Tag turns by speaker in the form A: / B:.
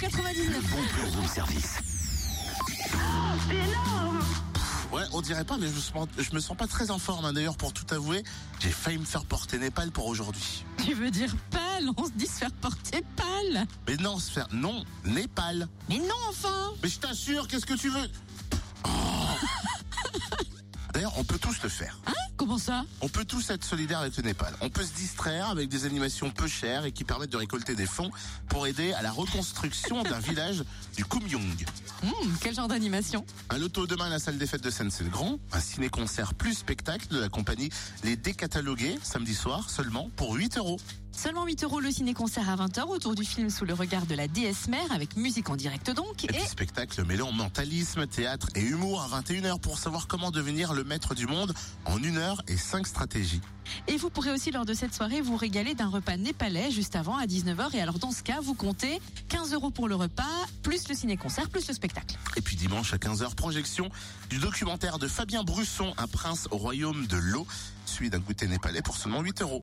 A: 99.
B: Bon plan room service.
C: C'est énorme
B: Ouais, on dirait pas, mais je me sens, je me sens pas très en forme. hein. D'ailleurs, pour tout avouer, j'ai failli me faire porter Népal pour aujourd'hui.
A: Tu veux dire pâle On se dit se faire porter pâle.
B: Mais non, se faire- non, Népal.
A: Mais non, enfin
B: Mais je t'assure, qu'est-ce que tu veux Oh. D'ailleurs, on peut tous le faire.
A: Comment ça
B: On peut tous être solidaires avec le Népal. On peut se distraire avec des animations peu chères et qui permettent de récolter des fonds pour aider à la reconstruction d'un village du Kumyong.
A: Hum, Quel genre d'animation
B: Un loto demain à la salle des fêtes de Seine-Saint-Grand, un ciné-concert plus spectacle de la compagnie Les Décatalogués, samedi soir seulement pour 8 euros.
A: Seulement 8 euros le ciné-concert à 20h autour du film Sous le regard de la déesse mère avec musique en direct donc.
B: Et
A: Et
B: puis spectacle mêlant mentalisme, théâtre et humour à 21h pour savoir comment devenir le maître du monde en 1 heure et 5 stratégies.
A: Et vous pourrez aussi, lors de cette soirée, vous régaler d'un repas népalais juste avant à 19h. Et alors, dans ce cas, vous comptez 15 euros pour le repas, plus le ciné-concert, plus le spectacle.
B: Et puis dimanche à 15h, projection du documentaire de Fabien Brusson, Un prince au royaume de l'eau, suivi d'un goûter népalais pour seulement 8 euros.